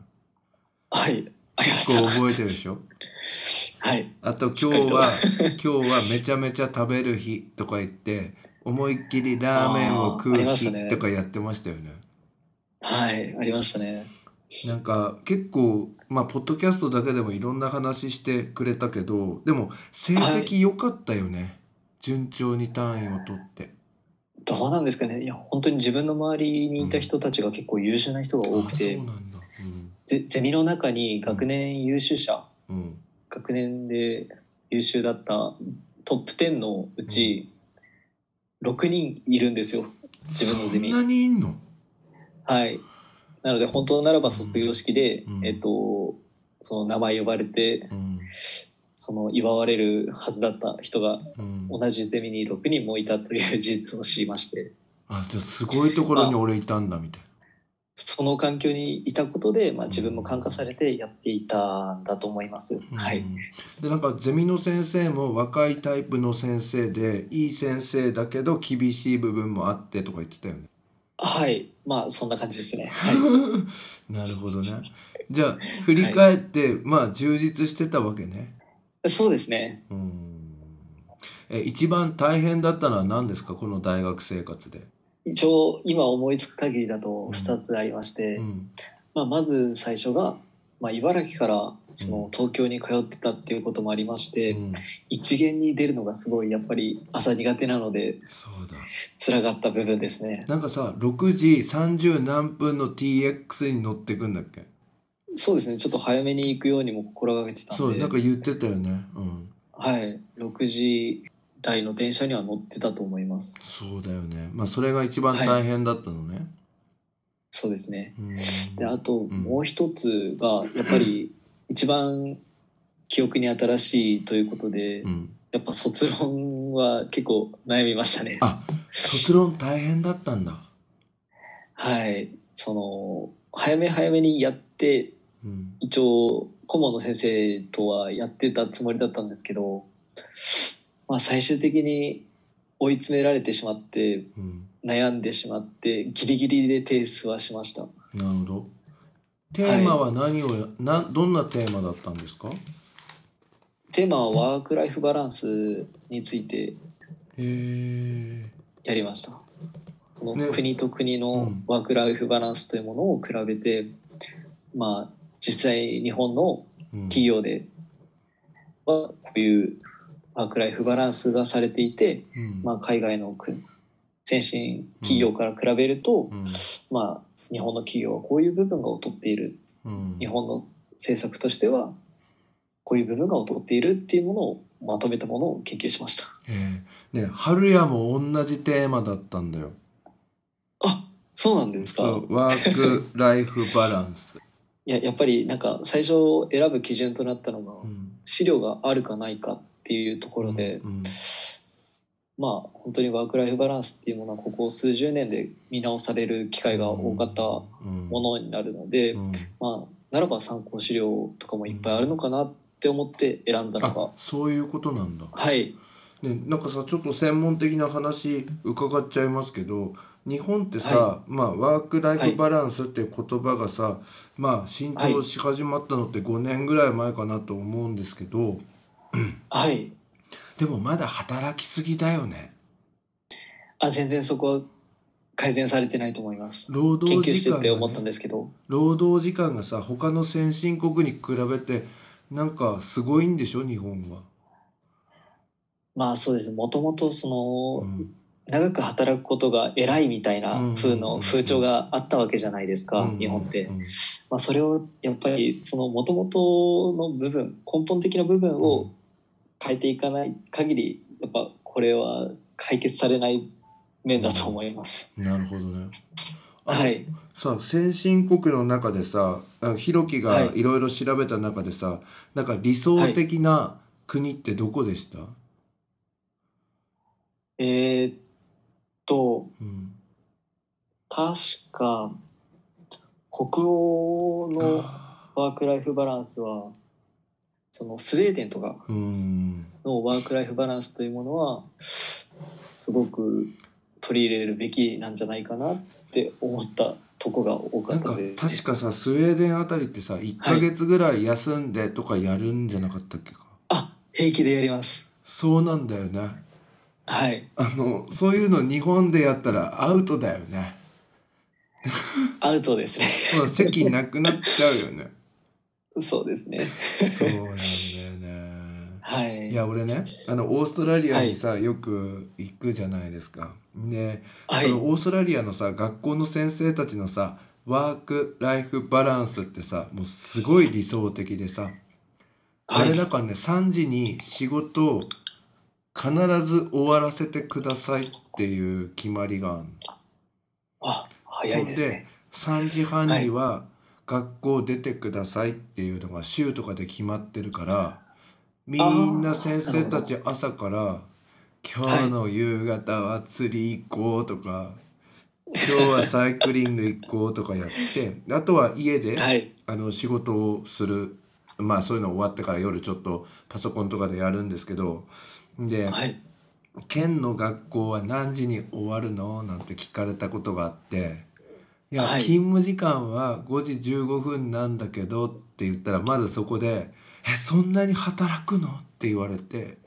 Speaker 3: はいありま
Speaker 2: こう
Speaker 3: し
Speaker 2: 覚えてるでしょ
Speaker 3: たはい
Speaker 2: あと今日は今日はめちゃめちゃ食べる日とか言って思いっきりラーメンを食
Speaker 3: あーあり
Speaker 2: う
Speaker 3: ました
Speaker 2: 日
Speaker 3: ね
Speaker 2: とかやってましたよね。
Speaker 3: はいありましたね
Speaker 2: なんか結構まあポッドキャストだけでもいろんな話してくれたけどでも成績良かったよね、順調に単位を取って。
Speaker 3: どうなんですかねいや本当に自分の周りにいた人たちが結構優秀な人が多くて、
Speaker 2: あそうなんだ、うん
Speaker 3: ゼゼミの中に学年優秀者、
Speaker 2: うん
Speaker 3: 学年で優秀だったトップ10のうち6人いるんですよ自分のゼミ
Speaker 2: そんなにいんの
Speaker 3: はいなので本当ならば卒業式で、
Speaker 2: うん
Speaker 3: えっとその名前呼ばれて
Speaker 2: うん、
Speaker 3: その祝われるはずだった人が
Speaker 2: うん、
Speaker 3: 同じゼミに6人もいたという事実を知りまして
Speaker 2: あじゃあすごいところに俺いたんだみたい
Speaker 3: その環境にいたことで、まあ、自分も感化されてやっていたんだと思います、
Speaker 2: な、
Speaker 3: は
Speaker 2: う
Speaker 3: い
Speaker 2: んでなんかゼミの先生も若いタイプの先生でいい先生だけど厳しい部分もあってとか言ってたよね
Speaker 3: はいまあそんな感じで すねはい
Speaker 2: なるほどねじゃあ振り返って、まあ充実してたわけね
Speaker 3: そうですね
Speaker 2: うんえ一番大変だったのは何ですかこの大学生活で。
Speaker 3: 一応今思いつく限りだと
Speaker 2: うん
Speaker 3: 2つありまして、
Speaker 2: うん
Speaker 3: まあ、まず最初が、まあ、茨城からその東京に通ってたっていうこともありまし
Speaker 2: う
Speaker 3: て、
Speaker 2: ん、
Speaker 3: 一元に出るのがすごいやっぱり朝苦手なので
Speaker 2: そうだ
Speaker 3: 辛かった部分ですね
Speaker 2: なんかさ6時30何分の TX に乗ってくんだっけ
Speaker 3: そうですねちょっと早めに行くようにも心がけてたんで
Speaker 2: そうなんか言ってたよねうん
Speaker 3: はい、6時台の電車には乗ってたと思います。
Speaker 2: そうだよねまあそれが一番大変だったのね、
Speaker 3: そうですね。
Speaker 2: うん
Speaker 3: で、あと
Speaker 2: ん
Speaker 3: もう一つが、やっ ぱり一番記憶に新しいということで、
Speaker 2: うん、
Speaker 3: やっぱ卒論は結構悩みましたね。
Speaker 2: あ卒論大変だったんだ、
Speaker 3: はい、その、早め早めにやって、
Speaker 2: うん、
Speaker 3: 一応顧問の先生とはやってたつもりだったんですけど、まあ最終的に追い詰められてしまって、
Speaker 2: うん、
Speaker 3: 悩んでしまってギリギリで提出はしました
Speaker 2: なるほどテーマは何をや、などんなテーマだったんですかへ
Speaker 3: テーマはワーク・ライフ・バランスについて
Speaker 2: え
Speaker 3: やりましたそ
Speaker 2: ね
Speaker 3: の国と国
Speaker 2: う
Speaker 3: の
Speaker 2: ん
Speaker 3: ワーク・ライフ・バランスというものを比べて、まあ実際日本の企業ではこういうワーク・ライフ・バランスがされていて、
Speaker 2: うん
Speaker 3: まあ、海外の国先進企業から比べると、
Speaker 2: うん
Speaker 3: まあ日本の企業はこういう部分が劣っている
Speaker 2: うん、
Speaker 3: 日本の政策としてはこういう部分が劣っているっていうものをまとめたものを研究しました
Speaker 2: ええね春也も同じテーマだったんだよ
Speaker 3: あそうなんです
Speaker 2: そ
Speaker 3: か
Speaker 2: うワーク・ライフ・バランス、
Speaker 3: いややっぱりなんか最初選ぶ基準となったのが
Speaker 2: うん
Speaker 3: 資料があるかないかっていうところで、
Speaker 2: うんうん
Speaker 3: まあ本当にワーク・ライフ・バランスっていうものはここ数十年で見直される機会が多かったものになるので、
Speaker 2: うん
Speaker 3: まあならば参考資料とかもいっぱいあるのかなって思って選んだのが、
Speaker 2: あそういうことなんだ、
Speaker 3: はい
Speaker 2: ね、なんかさちょっと専門的な話伺っちゃいますけど日本ってさ、
Speaker 3: は
Speaker 2: まあ、ワーク・ライフ・バランスっていう言葉がさ、まあ、浸透し始まったのって5年ぐらい前かなと思うんですけど、
Speaker 3: はい
Speaker 2: でもまだ働きすぎだよね
Speaker 3: あ全然そこは改善されてないと思います
Speaker 2: 労
Speaker 3: 研
Speaker 2: 働
Speaker 3: 究
Speaker 2: 時
Speaker 3: して
Speaker 2: 間
Speaker 3: て思っ
Speaker 2: が
Speaker 3: たん
Speaker 2: ね
Speaker 3: ですけど
Speaker 2: 労働時間がさ他の先進国に比べてなんかすごいんでしょ日本は。
Speaker 3: まあそうですもともとそうの、
Speaker 2: ん
Speaker 3: 長く働くことが偉いみたいな
Speaker 2: うん
Speaker 3: 風
Speaker 2: う
Speaker 3: の
Speaker 2: ん
Speaker 3: 風潮があったわけじゃないですか、
Speaker 2: うん
Speaker 3: 日本って、
Speaker 2: うん
Speaker 3: まあ、それをやっぱりそのもともとの部分根本的な部分
Speaker 2: う
Speaker 3: を
Speaker 2: ん
Speaker 3: 変えていかない限りやっぱこれは解決されない面だと思います、
Speaker 2: なるほどね。あの
Speaker 3: はい
Speaker 2: さ先進国の中でさあひろきが
Speaker 3: はい
Speaker 2: いろいろ調べた中でさ、なんか理想的な国ってどこでした、
Speaker 3: えー、っと
Speaker 2: うん、
Speaker 3: 確か北欧の
Speaker 2: あ
Speaker 3: ワーク・ライフ・バランスはそのスウェーデンとか
Speaker 2: ーうん
Speaker 3: のワーク・ライフ・バランスというものはすごく取り入れるべきなんじゃないかなって思ったとこが多か
Speaker 2: な
Speaker 3: っ
Speaker 2: ん
Speaker 3: た
Speaker 2: か
Speaker 3: です、
Speaker 2: 確かさスウェーデンあたりってさ1ヶ月ぐらい休んでとかやるんじゃなかったっけか、
Speaker 3: あ平気でやります
Speaker 2: そうなんだよね
Speaker 3: はい
Speaker 2: あのそういうの日本でやったらアウトだよね、
Speaker 3: アウトです
Speaker 2: まあ、
Speaker 3: ね
Speaker 2: 席なくなっちゃうよ ね
Speaker 3: そうですね
Speaker 2: そうなんだよね
Speaker 3: はい
Speaker 2: いや俺ねあのオーストラリアにさ、よく行くじゃないですか。ね、
Speaker 3: は
Speaker 2: そ
Speaker 3: い
Speaker 2: のオーストラリアのさ学校の先生たちのさワーク・ライフ・バランスってさもうすごい理想的でさ、あ
Speaker 3: は
Speaker 2: れ
Speaker 3: い
Speaker 2: だからね3時に仕事を必ず終わらせてくださいっていう決まりがあるの
Speaker 3: あ早いですね
Speaker 2: 3時半には学校出てくださいっていうのが週とかで決まってるからみんな先生たち朝から「今日の夕方は釣り行こう」とか、今日はサイクリング行こう」とかやってあとは家で、
Speaker 3: はい
Speaker 2: あの仕事をするまあそういうの終わってから夜ちょっとパソコンとかでやるんですけどで、
Speaker 3: はい
Speaker 2: 県の学校は何時に終わるのなんて聞かれたことがあって「いや、
Speaker 3: はい
Speaker 2: 勤務時間は5時15分なんだけど」って言ったらまずそこで「えそんなに働くの?」ってって言われ て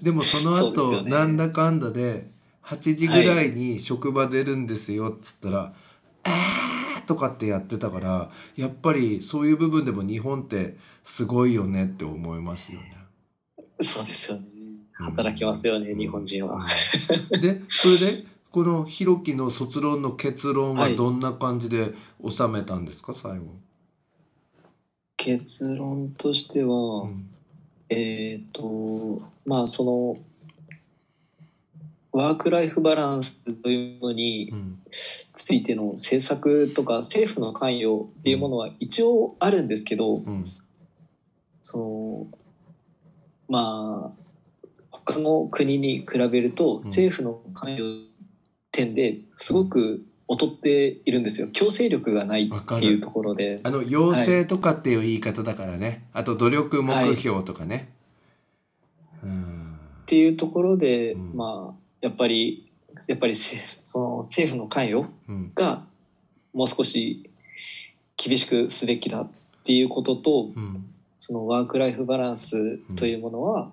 Speaker 2: でもその
Speaker 3: そうです
Speaker 2: 後
Speaker 3: よね
Speaker 2: なんだかんだで8時ぐらいに職場出るんですよっつったら「えー!」とかってやってたからやっぱりそういう部分でも日本ってすごいよねって思いますよね。
Speaker 3: そうですよね。働きますよね、
Speaker 2: うん
Speaker 3: 日本人は。
Speaker 2: でそれでこのひろきの卒論の結論は
Speaker 3: はい
Speaker 2: どんな感じで収めたんですか最後。
Speaker 3: 結論としては、
Speaker 2: うん
Speaker 3: えっ、とまあそのワーク・ライフ・バランスというものに
Speaker 2: うん
Speaker 3: ついての政策とか政府の関与っていうものは一応あるんですけど、
Speaker 2: うん
Speaker 3: そのまあ他の国に比べると政府の関与点ですごく劣っているんですよ強制力がないっていうところで
Speaker 2: あの要請とかっていう言い方だからね、あと努力目標とかね、うん
Speaker 3: っていうところで、
Speaker 2: うん
Speaker 3: まあやっぱりやっぱりせその政府の関与
Speaker 2: うん
Speaker 3: がもう少し厳しくすべきだっていうことと
Speaker 2: うん
Speaker 3: そのワーク・ライフ・バランスというものは、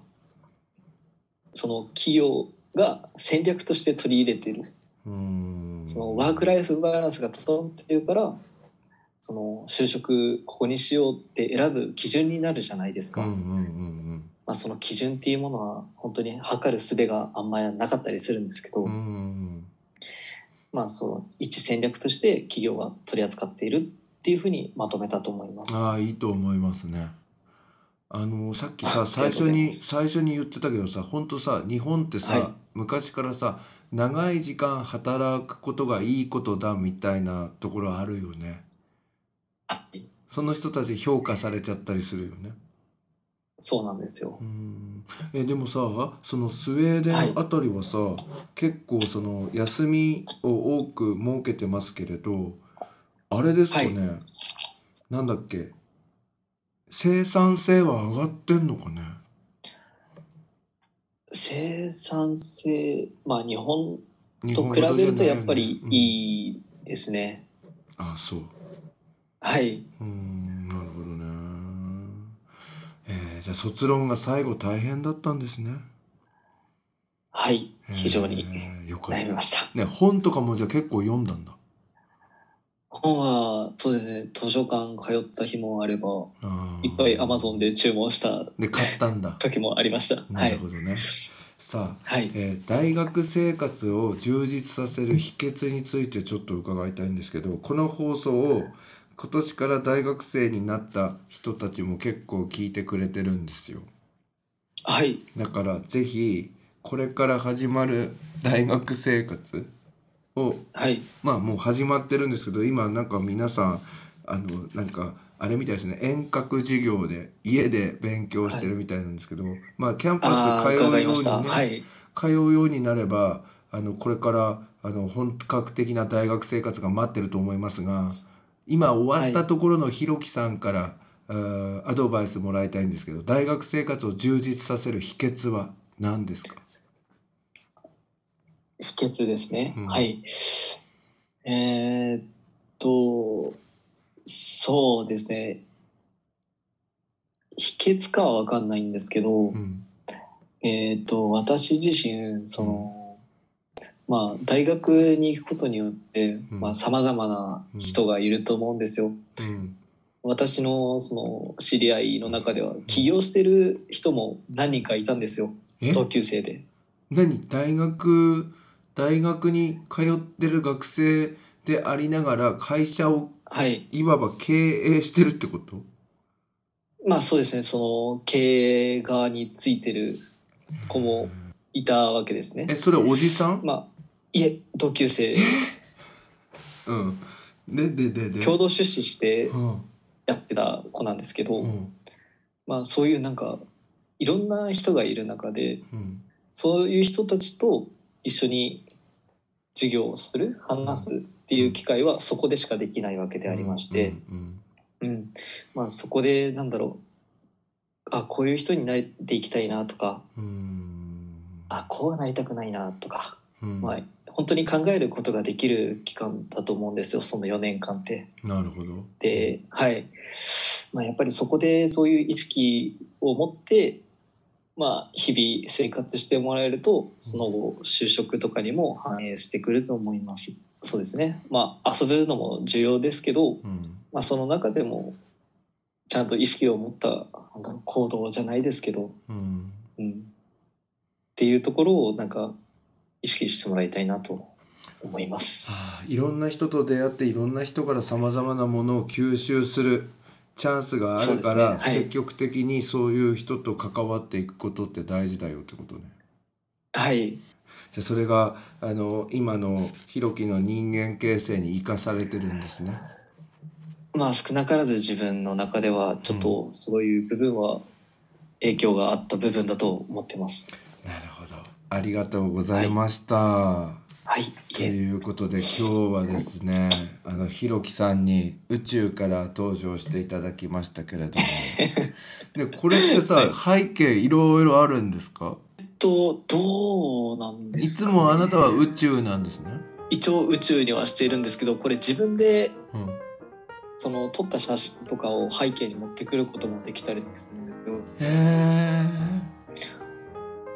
Speaker 3: その企業が戦略として取り入れている
Speaker 2: うん
Speaker 3: そのワーク・ライフ・バランスが整っているからその就職ここにしようって選ぶ基準になるじゃないですか、
Speaker 2: うんうんうん
Speaker 3: まあ、その基準っていうものは本当に測る術があんまりなかったりするんですけど、
Speaker 2: うんうん
Speaker 3: まあ、その一戦略として企業は取り扱っているっていうふうにまとめたと思います。
Speaker 2: ああいいと思いますね。あのさっき
Speaker 3: あ
Speaker 2: さ最初
Speaker 3: ありがとうございま
Speaker 2: に
Speaker 3: す
Speaker 2: 最初に言ってたけどさ本当さ日本ってさ、
Speaker 3: はい
Speaker 2: 昔からさ長い時間働くことがいいことだみたいなところあるよね。
Speaker 3: はい
Speaker 2: その人たち評価されちゃったりするよね。
Speaker 3: そうなんですよ
Speaker 2: う。んえでもさそのスウェーデンあたりはさ、結構その休みを多く設けてますけれどあれですかね、なんだっけ生産性は上がってんのかね
Speaker 3: 生産性、まあ、日本
Speaker 2: 日
Speaker 3: と
Speaker 2: 本
Speaker 3: 比
Speaker 2: ほどじゃ
Speaker 3: べる
Speaker 2: な
Speaker 3: と
Speaker 2: いよ
Speaker 3: やっ
Speaker 2: ね
Speaker 3: ぱり
Speaker 2: うん
Speaker 3: いいですね。
Speaker 2: あそう
Speaker 3: はい、
Speaker 2: うんなるほどねえーじゃあ卒論が最後大変だったんですね
Speaker 3: はい、非常に
Speaker 2: えーよかっ
Speaker 3: 悩みま
Speaker 2: た
Speaker 3: した。
Speaker 2: ね本とかもじゃあ結構読んだんだ
Speaker 3: 本は、そうですね、図書館通った日もあれば、
Speaker 2: あー
Speaker 3: いっぱいアマゾンで注文した
Speaker 2: で買ったんだ
Speaker 3: 時もありました。は
Speaker 2: ないる、ほどね。さあ、
Speaker 3: はい、
Speaker 2: えー大学生活を充実させる秘訣についてちょっと伺いたいんですけどこの放送を今年から大学生になった人たちも結構聞いてくれてるんですよ。
Speaker 3: はい、
Speaker 2: だからぜひこれから始まる大学生活を
Speaker 3: はい、
Speaker 2: まあもう始まってるんですけど今なんか皆さんあのなんかあれみたいですね遠隔授業で家で勉強してるみたいなんですけど、まあキャンパ
Speaker 3: あ
Speaker 2: ス
Speaker 3: あ、
Speaker 2: 通うよう
Speaker 3: 伺い
Speaker 2: にね
Speaker 3: ました。はい、
Speaker 2: 通うようになればあのこれからあの本格的な大学生活が待ってると思いますが今終わったところのひろきさんから、えーアドバイスもらいたいんですけど大学生活を充実させる秘訣は何ですか、
Speaker 3: 秘訣ですね。
Speaker 2: うん
Speaker 3: はい。えーっと、そうですね。秘訣かは分かんないんですけど、
Speaker 2: うん
Speaker 3: えーっと、私自身、その、まあ、大学に行くことによって、
Speaker 2: うん
Speaker 3: まあ、様々な人がいると思うんですよ。
Speaker 2: うん
Speaker 3: 私の、その、知り合いの中では、起業してる人も何人かいたんですよ。
Speaker 2: え
Speaker 3: 同級生で。
Speaker 2: 何大学大学に通ってる学生でありながら会社を
Speaker 3: はい。
Speaker 2: いわば経営してるってこと
Speaker 3: まあそうですね、その経営側についてる子もいたわけです
Speaker 2: え
Speaker 3: ね。
Speaker 2: それおじさん、
Speaker 3: まあ、いえ、同級生、
Speaker 2: うんでででで
Speaker 3: 共同出資して
Speaker 2: うん
Speaker 3: やってた子なんですけ
Speaker 2: う
Speaker 3: ど、
Speaker 2: ん
Speaker 3: まあそういうなんか、いろんな人がいる中で、
Speaker 2: うん
Speaker 3: そういう人たちと一緒に授業をする、話すっていう機会はそこでしかできないわけでありまして、
Speaker 2: うん
Speaker 3: うん。まあそこで、なんだろう、あ、こういう人になっていきたいなとか、
Speaker 2: うんうん
Speaker 3: あ、こうはなりたくないなとか、
Speaker 2: うん
Speaker 3: まあ、本当に考えることができる期間だと思うんですよその4年間って。
Speaker 2: なるほど。
Speaker 3: で、はいまあ、やっぱりそこでそういう意識を持ってまあ、日々生活してもらえるとその後就職とかにも反映してくると思いますそうですねまあ遊ぶのも重要ですけど、
Speaker 2: うん
Speaker 3: まあ、その中でもちゃんと意識を持ったなんだろう行動じゃないですけど、
Speaker 2: うん
Speaker 3: うん、っていうところをなんか意識してもらいたいなと思います。
Speaker 2: はあいろんな人と出会っていろんな人からさまざまなものを吸収するチャンスがあるか
Speaker 3: そう
Speaker 2: ら、
Speaker 3: ですねはい
Speaker 2: 積極的にそういう人と関わっていくことって大事だよってことね。
Speaker 3: はい、
Speaker 2: じゃあそれがあの今のひろきの人間形成に生かされてるんですね。
Speaker 3: まあ少なからず自分の中ではちょっとそういう部分は影響があった部分だと思ってます。
Speaker 2: なるほど。ありがとうございました。
Speaker 3: はい、い
Speaker 2: と
Speaker 3: え、
Speaker 2: いうことで今日はですねあのひろきさんに宇宙から登場していただきましたけれど もでこれってさ、背景いろいろあるんですか
Speaker 3: とどうなんで
Speaker 2: い
Speaker 3: すか
Speaker 2: つ
Speaker 3: ね、
Speaker 2: もあなたは宇宙なんですね、
Speaker 3: 一応宇宙にはしているんですけどこれ自分で
Speaker 2: うん、
Speaker 3: その撮った写真とかを背景に持ってくることもできたりするんですよ
Speaker 2: へ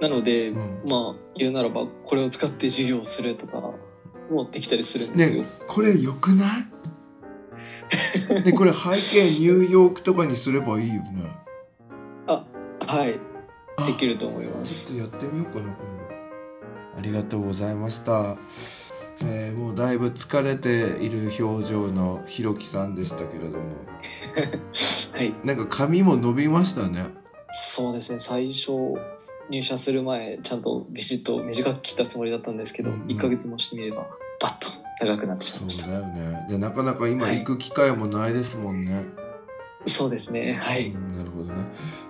Speaker 3: なので、
Speaker 2: うん
Speaker 3: まあ言うならばこれを使って授業をするとか持ってきたりするんですよ、
Speaker 2: ねこれよくない でこれ背景ニューヨークとかにすればいいよね
Speaker 3: はい
Speaker 2: あ
Speaker 3: できると思いま
Speaker 2: ち
Speaker 3: す
Speaker 2: ょっとやってみようかな今度ありがとうございました、えーもうだいぶ疲れている表情のひろきさんでしたけれども
Speaker 3: はい
Speaker 2: なんか髪も伸びましたね
Speaker 3: そうですね最初入社する前ちゃんとビシッと短く切ったつもりだったんですけど、
Speaker 2: うんうん
Speaker 3: 1ヶ月もしてみればバッと長くなってしまい
Speaker 2: そ
Speaker 3: ました
Speaker 2: うだよねでなかなか今
Speaker 3: はい
Speaker 2: 行く機会もないですもんね、
Speaker 3: そうですねはい、
Speaker 2: うんなるほどね。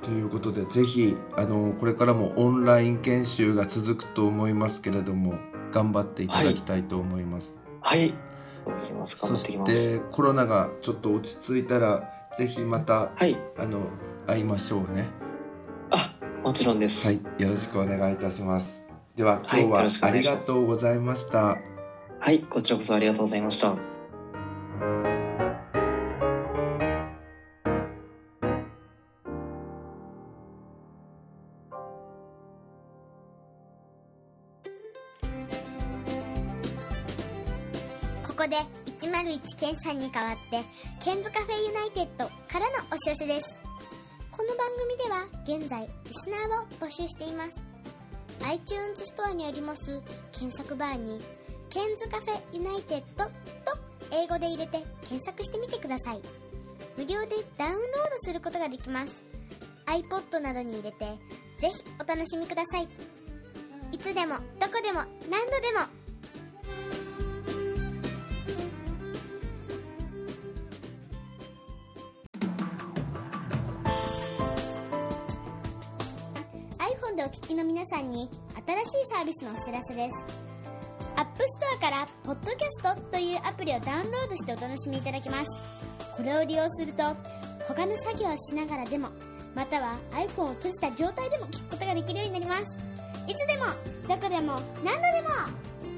Speaker 2: ということでぜひあのこれからもオンライン研修が続くと思いますけれども頑張っていただきたいと思います。
Speaker 3: はいありがとうございます
Speaker 2: そ
Speaker 3: 頑張っ
Speaker 2: し
Speaker 3: てきます
Speaker 2: てコロナがちょっと落ち着いたらぜひまた
Speaker 3: はい
Speaker 2: あの会いましょうね。
Speaker 3: あもちろんです、
Speaker 2: はい、よろしくお願いいたします。では今
Speaker 3: はい
Speaker 2: 日
Speaker 3: よ
Speaker 2: は
Speaker 3: ろしくお
Speaker 2: あり
Speaker 3: 願いし
Speaker 2: が
Speaker 3: ます
Speaker 2: とうございました。
Speaker 3: はい、こちらこそありがとうございました。
Speaker 1: ここで101ケンさんに代わってケンズカフェユナイテッドからのお知らせですこの番組では現在リスナーを募集しています iTunes ストアにあります検索バーに「ケンズカフェユナイテッド」と英語で入れて検索してみてください無料でダウンロードすることができます iPod などに入れてぜひお楽しみくださいいつでもどこでも何度でもiPhone でお聞きの皆さんに新しいサービスのお知らせです App Store から「Podcast」というアプリをダウンロードしてお楽しみいただけますこれを利用すると他の作業をしながらでもまたは iPhone を閉じた状態でも聞くことができるようになりますいつでもどこでも何度でも